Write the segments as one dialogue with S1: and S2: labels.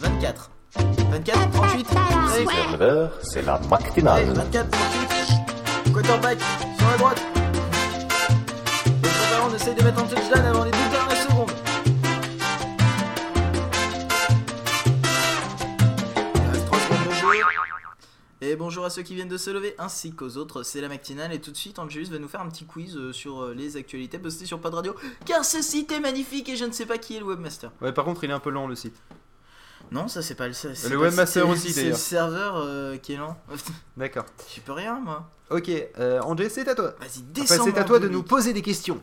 S1: 24. 24, 38. Ouais.
S2: 19h, c'est la matinale.
S1: 24, 38. Quarterback, sur la droite. Les pantalons essayent de mettre un touchdown avant les deux dernières secondes. Il reste trois secondes de jouer. Et bonjour à ceux qui viennent de se lever ainsi qu'aux autres, c'est la matinale et tout de suite Angelus va nous faire un petit quiz euh, sur euh, les actualités postées sur Pod Radio car ce site est magnifique et je ne sais pas qui est le webmaster.
S3: Ouais, par contre, il est un peu lent le site.
S1: Non, ça c'est pas le ça, c'est
S3: Le
S1: pas-
S3: webmaster
S1: c'est-
S3: aussi,
S1: C'est le
S3: d'ailleurs.
S1: serveur euh, qui est lent.
S3: D'accord.
S1: Je peux rien moi.
S3: Ok, euh, André, c'est à toi.
S1: Vas-y,
S3: Enfin,
S1: descends.
S3: c'est à toi de nous poser des questions.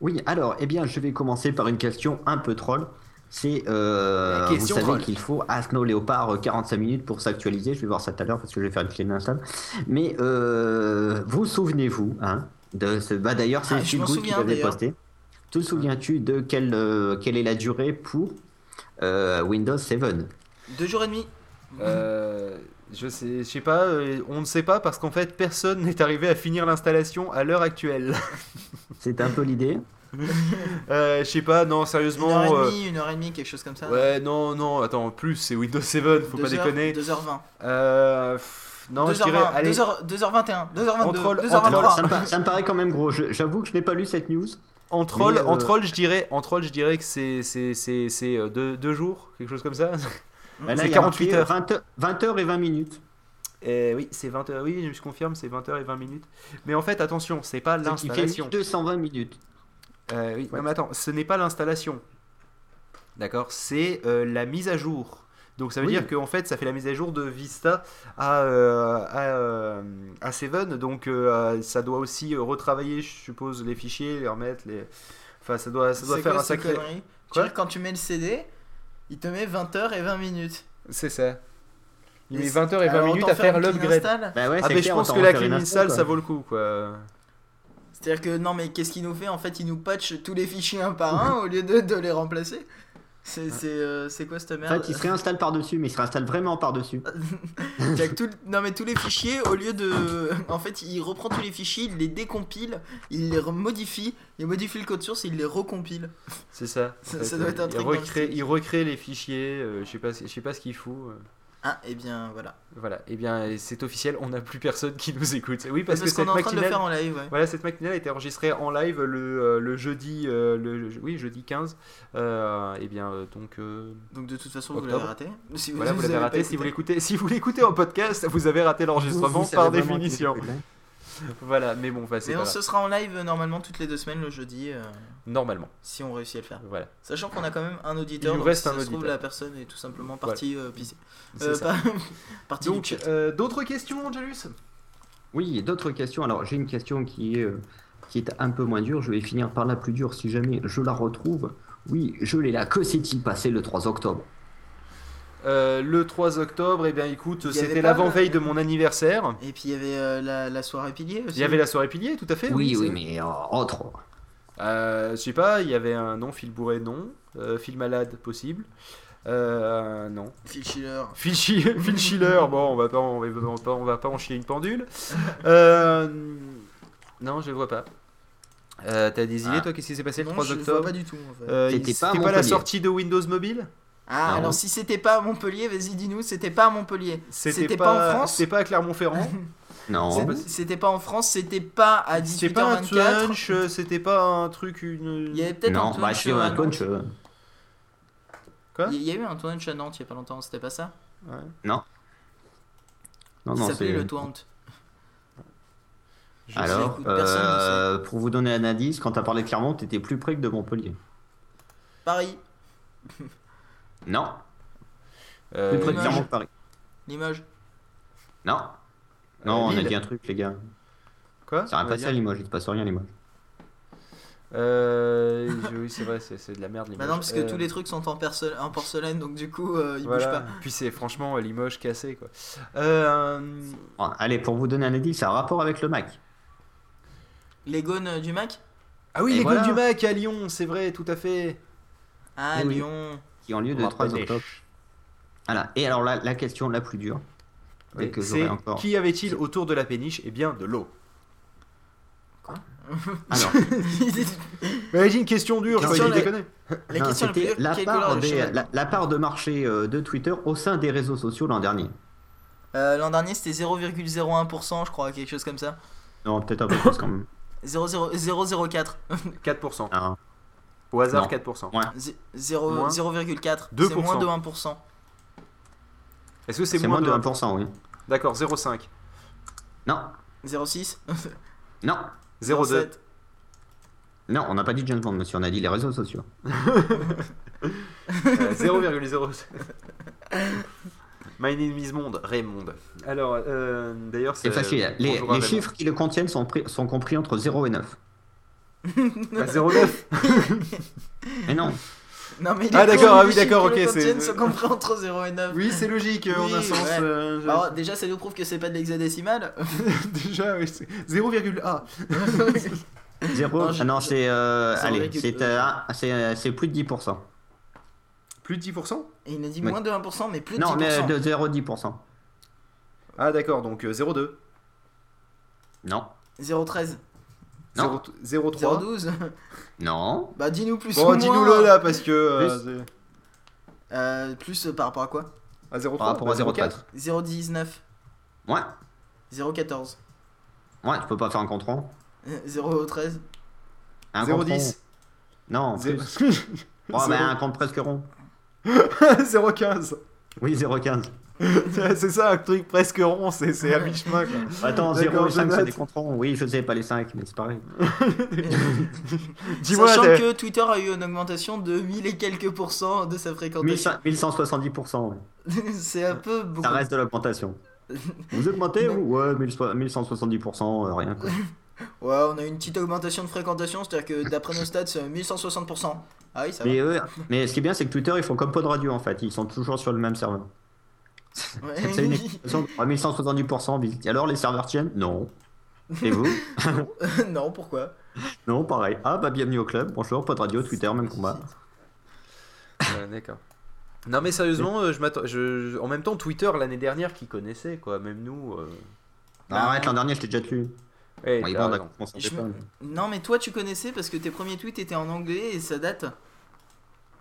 S4: Oui, alors, eh bien, je vais commencer par une question un peu troll. C'est,
S3: La
S4: euh, vous
S3: question troll.
S4: savez qu'il faut Asno Léopard euh, 45 minutes pour s'actualiser. Je vais voir ça tout à l'heure parce que je vais faire une clé d'install. Mais euh, vous souvenez-vous hein, de ce bah d'ailleurs c'est
S1: Ah, je
S4: Phil
S1: m'en
S4: Good qui
S1: souviens,
S4: l'avait
S1: d'ailleurs.
S4: posté. Te souviens-tu de quelle euh, quelle est la durée pour euh, Windows 7
S1: Deux jours et demi.
S3: Euh, je sais, je sais pas, euh, on ne sait pas parce qu'en fait, personne n'est arrivé à finir l'installation à l'heure actuelle.
S4: C'est un peu l'idée.
S3: Euh, je sais pas, non,
S1: Une heure et
S3: sérieusement. euh,
S1: demie, une heure et demie, quelque chose comme ça.
S3: Ouais, non, non, attends, plus, c'est Windows 7, faut
S1: Deux
S3: pas
S1: heures,
S3: déconner.
S1: 2h20.
S3: Euh, pff, non, je dirais,
S1: 2h20,
S3: allez,
S1: 2h21, 2h22,
S3: On troll, on troll.
S4: Alors,
S1: 2h23.
S4: ça, me, pa- ça me paraît quand même gros. Je- J'avoue que je n'ai pas lu cette news.
S3: en troll,
S4: Mais,
S3: en
S4: euh,
S3: troll, je dirais, en troll, je dirais que c'est, c'est, c'est, c'est, euh, deux, deux jours, quelque chose comme ça.
S4: Bah,
S3: C'est
S4: il y a
S3: 48
S4: marqué
S3: heures.
S4: 20 heures- 20 heures et 20 minutes.
S3: Et Eh oui, c'est 20 heures. Oui, je confirme, c'est 20 h et 20 minutes. Mais en fait, attention, c'est pas
S4: Ce qui fait
S3: l'installation.
S4: 220 minutes.
S3: Euh, oui,
S4: Ouais.
S3: non, mais attends, ce n'est pas l'installation. D'accord, c'est euh, la mise à jour. Donc ça veut
S4: Oui.
S3: dire qu'en fait, ça fait la mise à jour de Vista à, euh, à, euh, à Seven. Donc euh, ça doit aussi euh, retravailler, je suppose, les fichiers, les remettre. Les... Enfin, ça doit, ça doit
S1: C'est
S3: faire
S1: quoi
S3: un
S1: ces
S3: sacré.
S1: conneries
S3: Quoi
S1: Tu vois, Quand tu mets le CD, il te met 20h et 20 minutes.
S3: C'est ça. Il
S1: Et
S3: met
S1: c'est-
S3: 20h et 20
S1: Alors,
S3: minutes
S1: autant
S3: à faire
S1: une clean
S3: l'upgrade.
S1: install.
S4: Bah ouais,
S3: Ah,
S4: c'est
S3: mais je
S4: clair,
S3: pense
S4: on
S3: que
S4: t'en
S3: la
S4: fait
S3: clean
S4: une
S3: install,
S4: quoi.
S3: ça vaut le coup, quoi.
S1: C'est-à-dire que non, mais qu'est-ce qu'il nous fait En fait, il nous patch tous les fichiers un par un au lieu de, de les remplacer. C'est c'est, euh, c'est quoi cette
S4: En
S1: merde
S4: fait, il se réinstalle par-dessus, mais il se réinstalle vraiment par-dessus.
S1: C'est-à-dire que tout le- Non, mais tous les fichiers, au lieu de. En fait, il reprend tous les fichiers, il les décompile, il les modifie, il modifie le code source, il les recompile.
S3: C'est ça.
S1: Ça-
S3: En fait,
S1: ça doit être un
S3: il
S1: truc dans le
S3: Recrée,
S1: style.
S3: il recrée les fichiers, euh, je sais pas, ce- je sais pas ce qu'il fout. euh,
S1: Ah, et bien voilà.
S3: voilà, et bien et c'est officiel, on n'a plus personne qui nous écoute. Oui, parce,
S1: Parce,
S3: que
S1: qu'on
S3: cette
S1: est en train de le
S3: matinale,
S1: faire en live, ouais.
S3: voilà, cette matinale a été enregistrée en live le, euh, le jeudi, euh, le, je- oui, jeudi 15. Euh, et bien euh, donc euh,
S1: Donc de toute façon, vous
S3: Octobre.
S1: l'avez raté. Si
S3: voilà, vous l'avez
S1: avez
S3: raté.
S1: pas
S3: Si vous
S1: écouté.
S3: l'écoutez, si vous l'écoutez en podcast, vous avez raté l'enregistrement
S4: Vous savez
S3: par
S4: vraiment qui
S3: définition.
S4: l'écoute, hein.
S3: Voilà, mais bon, enfin, c'est
S1: Mais
S3: pas
S1: on
S3: grave.
S1: se sera en live euh, normalement toutes les deux semaines le jeudi, euh,
S3: normalement.
S1: si on réussit à le faire.
S3: Voilà.
S1: Sachant qu'on a quand même un auditeur,
S3: Il nous
S1: donc
S3: reste
S1: si
S3: un
S1: ça se trouve
S3: auditeur.
S1: la personne est tout simplement partie euh, pisser.
S3: C'est
S1: Euh,
S3: ça.
S1: pas- partie du
S3: Donc
S1: chat.
S3: euh, d'autres questions, Angelus
S4: Oui, d'autres questions. Alors, j'ai une question qui est, euh, qui est un peu moins dure. Je vais finir par la plus dure si jamais je la retrouve. Oui, je l'ai là. Que s'est-il passé le 3 octobre
S3: Euh, le 3 octobre, et bien écoute,
S1: Il y avait
S3: c'était
S1: pas
S3: l'avant-veille
S1: le-
S3: de mon anniversaire.
S1: Et puis il y avait euh, la, la soirée pilier aussi.
S3: Il y avait la soirée pilier, tout à fait.
S4: Oui, oui,
S3: Eh c'est-
S4: mais euh, autre.
S3: Euh, je sais pas, il y avait un non, fil bourré, non. Euh, fil malade, possible. Euh, non.
S1: Phil Schiller.
S3: Fil, chi- fil chiller, bon, on va pas, on va, on va pas, on va pas en chier une pendule. Euh, non, je vois pas. Euh, T'as des idées,
S1: Ah.
S3: toi Qu'est-ce qui s'est passé le
S1: Non,
S3: 3
S1: je vois
S3: octobre
S1: pas du tout en fait.
S3: Euh,
S4: C'était
S3: il-
S4: pas à
S3: C'était pas la
S4: Montpellier.
S3: sortie de Windows Mobile
S1: Ah,
S4: non.
S1: alors si c'était pas à Montpellier, vas-y dis-nous, c'était pas à Montpellier.
S3: C'était
S1: C'était
S3: pas,
S1: pas en France
S3: C'était pas à Clermont-Ferrand
S4: Non.
S1: C'est- C'était pas en France, c'était pas à
S3: C'était pas un
S1: 18h24.
S3: punch, euh, c'était pas un truc, une.
S1: Il y avait peut-être un
S4: Non,
S1: tournage
S4: bah, je suis un
S1: à Nantes.
S4: punch. euh,
S3: Quoi
S4: bah,
S1: euh, Il y a eu un tournage à Nantes il y a pas longtemps, c'était pas ça
S3: Ouais.
S4: Non,
S1: Il
S4: non,
S1: s'appelait
S4: c'est.
S1: le Twente.
S3: Je sais.
S4: Alors,
S1: j'écoute personne,
S4: euh, pour vous donner un indice, quand t'as parlé de Clermont, t'étais plus près que de Montpellier.
S1: Paris,
S4: Non,
S3: Euh,
S4: plus près de
S1: Limoges.
S4: Clermont que Paris.
S1: Limoges.
S4: Non. Non, on a
S3: Lille.
S4: dit un truc, les gars.
S3: Quoi
S4: Ça n'a rien
S3: On va
S4: passé à
S3: dire.
S4: Limoges, il se passe rien à Limoges.
S3: Euh, je- oui, c'est vrai, c'est c'est de la merde. Limoges.
S1: Bah non, parce que
S3: Euh,
S1: tous les trucs sont en, perso- en porcelaine, donc du coup, euh, ils
S3: voilà.
S1: bougent pas.
S3: Puis c'est franchement Limoges cassé quoi. Euh,
S4: Bon, allez, pour vous donner un indice, ça a un rapport avec le Mac.
S1: Les gones euh, du Mac
S3: Ah oui,
S4: Et
S3: les
S4: voilà.
S3: Gaules du Mac à Lyon, c'est vrai, tout à fait.
S1: Ah,
S4: Eh oui.
S1: Lyon.
S4: qui ont lieu de
S3: On
S4: 3
S3: rappelle.
S4: octobre. Voilà. Et alors là, la question la plus dure. Dès
S3: Oui,
S4: que
S3: C'est
S4: j'aurai encore.
S3: qui avait-il autour de la péniche Eh bien, de l'eau.
S4: Alors,
S3: Mais vas-y, une question dure,
S1: Question
S3: faut
S1: de-
S3: pas déconner.
S1: La
S4: non,
S1: question la plus
S4: c'était
S1: dure,
S4: la
S1: quel
S4: part,
S1: couleur le
S4: des-
S1: cheval
S4: la- la part de marché euh, de Twitter au sein des réseaux sociaux l'an dernier.
S1: Euh, L'an dernier, c'était 0,01%, je crois, quelque chose comme ça.
S4: Non, peut-être un peu plus quand même.
S1: 00 0,04.
S3: 4%.
S4: Ah,
S3: Au hasard,
S4: Non.
S3: 4%.
S1: Z- zéro-
S3: Moins.
S1: 0,4. C'est
S3: 2%.
S1: moins de 1%.
S3: Est-ce que c'est
S4: C'est
S3: moins, de 1%
S4: 1%, oui.
S3: D'accord, 0,5.
S4: Non,
S1: 0,6.
S4: non,
S3: 0,2.
S4: non, on n'a pas dit James Bond, monsieur, on a dit les réseaux sociaux.
S3: Euh, 0,0. My name is Monde, Raymond. Alors, euh, d'ailleurs,
S4: C'est facile. hein. Les,
S3: bonjour à
S4: les
S3: Raymond.
S4: chiffres qui le contiennent sont, pris- sont compris entre 0 et 9.
S3: Bah, 0,9.
S4: Mais non,
S1: Non, mais
S3: Ah,
S1: les
S3: d'accord,
S1: cours
S3: ah
S1: du
S3: oui, d'accord,
S1: chiffre que
S3: ok,
S1: l'on
S3: c'est-
S1: obtienne se comprend entre 0 et 9.
S3: Oui, c'est logique,
S1: Oui,
S3: en un sens.
S1: ouais.
S3: euh, je-
S1: Alors, déjà, ça nous prouve que c'est pas de l'hexadécimal.
S3: Déjà, oui, c'est 0,1.
S4: 0,
S1: Non,
S4: non,
S1: je-
S4: non c'est euh,
S1: 0,2.
S4: allez, c'est euh, ah, c'est, euh, c'est plus de 10%.
S3: Plus de 10%
S1: Et il a dit
S4: Ouais.
S1: moins de 1%, mais plus de
S4: Non,
S1: 10%.
S4: mais
S3: euh,
S4: de 0 à 10%.
S3: Ah, d'accord, donc euh, 0,2.
S4: Non,
S1: 0,13.
S4: Non.
S3: 0- 0,3.
S1: 0,12.
S4: non,
S1: Bah, dis-nous plus ou
S3: Bon,
S1: moins.
S3: dis-nous-le là, parce que. euh, c'est-
S1: Euh, plus euh, par rapport à quoi
S3: à 0,3.
S4: par
S1: Oh,
S4: rapport à
S3: bah,
S4: 0,4.
S1: 0,19.
S4: Ouais,
S1: 0,14.
S4: ouais, tu peux pas faire un contrôle.
S1: Euh, 0,13.
S4: Un
S3: 0,10.
S4: Non, en plus. Ouais, mais un compte presque rond.
S3: 0,15.
S4: Oui, 0,15.
S3: C'est ça, un truc presque rond, c'est c'est à mi-chemin. quoi.
S4: Attends,
S3: D'accord,
S4: 0 et
S3: je
S4: 5, c'est
S3: note.
S4: des comptes ronds. Oui, je sais pas les 5, mais c'est pareil.
S3: Dis-moi,
S1: Sachant
S3: t'as-
S1: que Twitter a eu une augmentation de 1000 et quelques pourcents de sa fréquentation.
S4: 1170%, ouais.
S1: C'est un peu beaucoup.
S4: ça reste de l'augmentation. Vous augmentez vous Ouais, 1100- 1170%, euh, rien quoi.
S1: Ouais, on a une petite augmentation de fréquentation, c'est-à-dire que d'après nos stats, euh, c'est 1160%. Ah oui, ça va.
S4: Mais, eux- mais ce qui est bien, c'est que Twitter, ils font comme Pod Radio en fait. Ils sont toujours sur le même serveur.
S3: Eh
S1: Ouais.
S4: C'est une explosion de 1170% visite. Alors les serveurs tiennent Non. Et vous
S1: non, pourquoi
S4: Non, pareil. Ah bah bienvenue au club. Bonjour, Pod Radio, Twitter, même combat.
S3: Ouais, D'accord. Non mais sérieusement, euh, je m'attends. Je, je- en même temps, Twitter l'année dernière qui connaissait quoi, même nous. euh,
S4: Non, Bah, arrête, l'an dernier, je t'ai déjà tué.
S3: eh,
S4: Bon,
S3: t'as
S4: Yvan, on a
S3: raison.
S4: commencé en
S1: Je me-
S4: décembre.
S1: Non, mais toi, tu connaissais parce que tes premiers tweets étaient en anglais et ça date.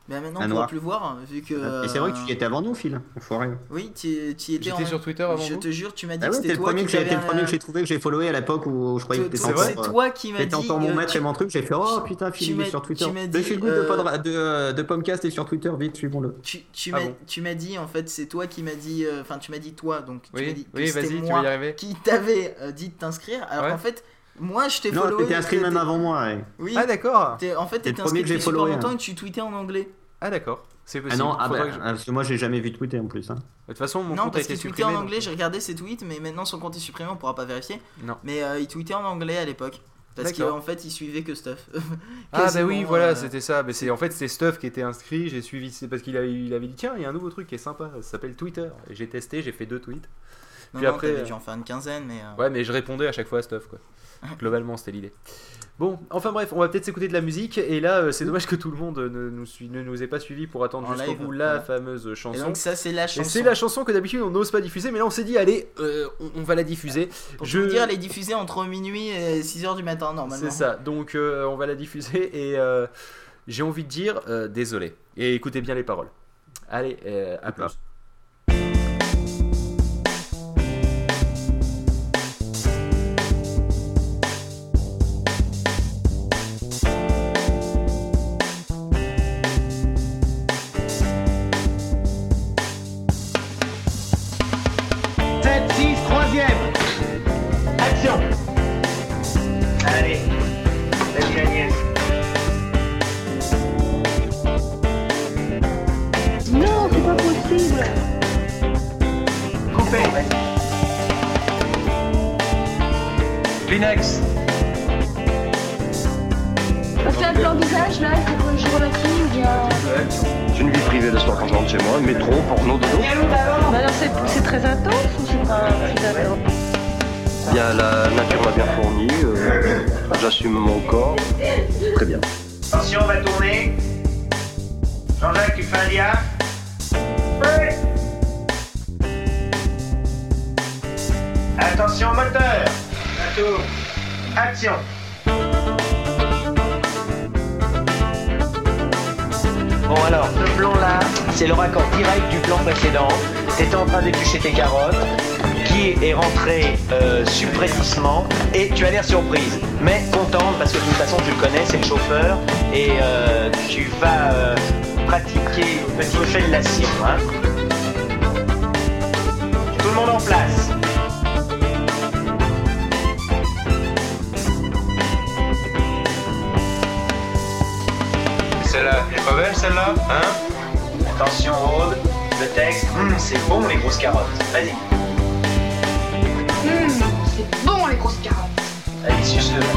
S1: Mais maintenant,
S4: Un
S1: on pourra
S4: noir.
S1: plus le voir, hein, vu que.
S4: Et c'est vrai que tu y
S1: euh,
S4: étais avant nous, Phil. Enfoiré.
S1: Oui, tu y tu y étais en.
S5: J'étais sur Twitter avant
S1: je
S5: vous.
S1: te jure, tu m'as dit
S4: Ah
S1: que
S4: ouais, t'es
S1: c'était
S4: le
S1: toi
S4: premier
S1: qui
S4: que j'ai-
S1: t'avais
S4: t'es le premier
S1: un-
S4: que j'ai trouvé, que j'ai followé à l'époque où je croyais que t'étais
S1: Toi-
S3: encore,
S1: C'est
S4: euh,
S1: toi qui m'as dit.
S4: T'étais encore mon
S1: euh,
S4: maître
S1: tu-
S4: et mon truc, j'ai fait Oh putain,
S1: tu
S4: Phil, il
S1: m'as-
S4: est sur Twitter.
S1: tu m'as
S4: Mais
S1: dit,
S4: je suis le goût de,
S1: euh,
S4: Pod- de, euh, de Pomcast et sur Twitter, vite, suivons-le.
S1: Tu, tu
S3: Ah
S1: m'as
S3: bon.
S1: tu m'as dit, en fait, c'est toi qui m'as dit. euh, Enfin, tu m'as dit toi, donc tu m'as dit
S5: Oui,
S1: que
S5: oui,
S1: c'était
S5: vas-y, tu
S1: moi
S5: vas y arriver.
S1: qui t'avais euh, dit de t'inscrire, alors
S5: Ouais.
S1: qu'en fait, moi, je t'ai
S4: Non,
S1: followé.
S4: t'étais inscrit même
S1: t'étais-
S4: avant moi. ouais.
S1: Oui,
S3: Ah d'accord.
S1: t'es- en fait,
S4: T'es le
S1: t'étais
S4: premier
S1: inscrit
S4: que j'ai
S1: depuis super
S4: followé,
S1: longtemps
S4: hein.
S1: et tu tweetais en anglais.
S3: Ah d'accord. C'est
S4: Ah
S3: possible.
S4: non, ah
S3: Faudra
S4: bah,
S3: que je-
S4: parce que moi, j'ai jamais vu tweeter en plus. hein.
S3: De toute façon, mon
S1: non,
S3: compte a
S1: parce
S3: été
S1: qu'il tweetait
S3: supprimé.
S1: en
S3: donc-
S1: anglais, j'ai regardé ses tweets, mais maintenant son compte est supprimé, on pourra pas vérifier.
S3: Non.
S1: Mais euh, il tweetait en anglais à l'époque. Parce
S3: D'accord.
S1: qu'en fait, il suivait que stuff.
S3: Ah bah
S1: Quasiment,
S3: oui, voilà,
S1: euh,
S3: c'était ça. Mais c'est en fait c'est Stuff qui était inscrit. J'ai suivi c'est parce qu'il avait, il avait dit tiens, il y a un nouveau truc qui est sympa. Ça s'appelle Twitter. Et j'ai testé, j'ai fait deux tweets.
S1: Non,
S3: Puis
S1: non,
S3: après,
S1: t'avais
S3: euh,
S1: dû en faire une quinzaine, mais. euh,
S3: Ouais, mais je répondais à chaque fois à Stuff quoi. Globalement, c'était l'idée. Bon, enfin bref, on va peut-être s'écouter de la musique. Et là, euh, c'est dommage que tout le monde ne nous, suit- ne nous ait pas suivi pour attendre
S1: En
S3: jusqu'au
S1: live,
S3: bout la
S1: voilà.
S3: fameuse
S1: Et
S3: chanson.
S1: donc, ça, c'est la
S3: Et
S1: chanson.
S3: c'est la chanson que d'habitude on n'ose pas diffuser, mais là on s'est dit, allez, euh, on, on va la diffuser.
S1: Pour
S3: Je-
S1: tout vous dire, elle est diffusée entre minuit et 6h du matin, normalement.
S3: C'est ça, donc euh, on va la diffuser et euh, j'ai envie de dire, euh, désolé. Et écoutez bien les paroles. Allez, euh, à plus.
S4: Là.
S6: Allez, salut Agnès.
S7: Non, c'est pas possible.
S6: Coupé. Kleenex.
S7: Faire de l'envisage là, il faut que je relative ou bien.
S8: J'ai une vie privée de soir quand je rentre chez moi, métro, porno, dodo.
S7: Bah alors c'est- c'est très intense ou c'est pas très intense
S8: Il y a la nature m'a bien fourni, euh, j'assume mon corps. Très bien.
S6: Attention, on va tourner. Jean-Jacques, tu fais un lien. Oui. Attention, moteur. La tour. Action.
S5: Bon alors, ce plan-là, c'est le raccord direct du plan précédent. T'étais en train d'éplucher tes carottes, qui est rentré euh, subrepticement, et tu as l'air surprise, mais contente parce que de toute façon tu le connais, c'est le chauffeur, et euh, tu vas euh, pratiquer une petite fellation. Hein. Tout le monde en place.
S9: Celle-là, elle est pas belle celle-là, hein
S5: Attention Rode, le texte, Hum, c'est bon les grosses carottes. Vas-y,
S7: Hum, c'est bon les grosses carottes.
S5: allez, suce-le.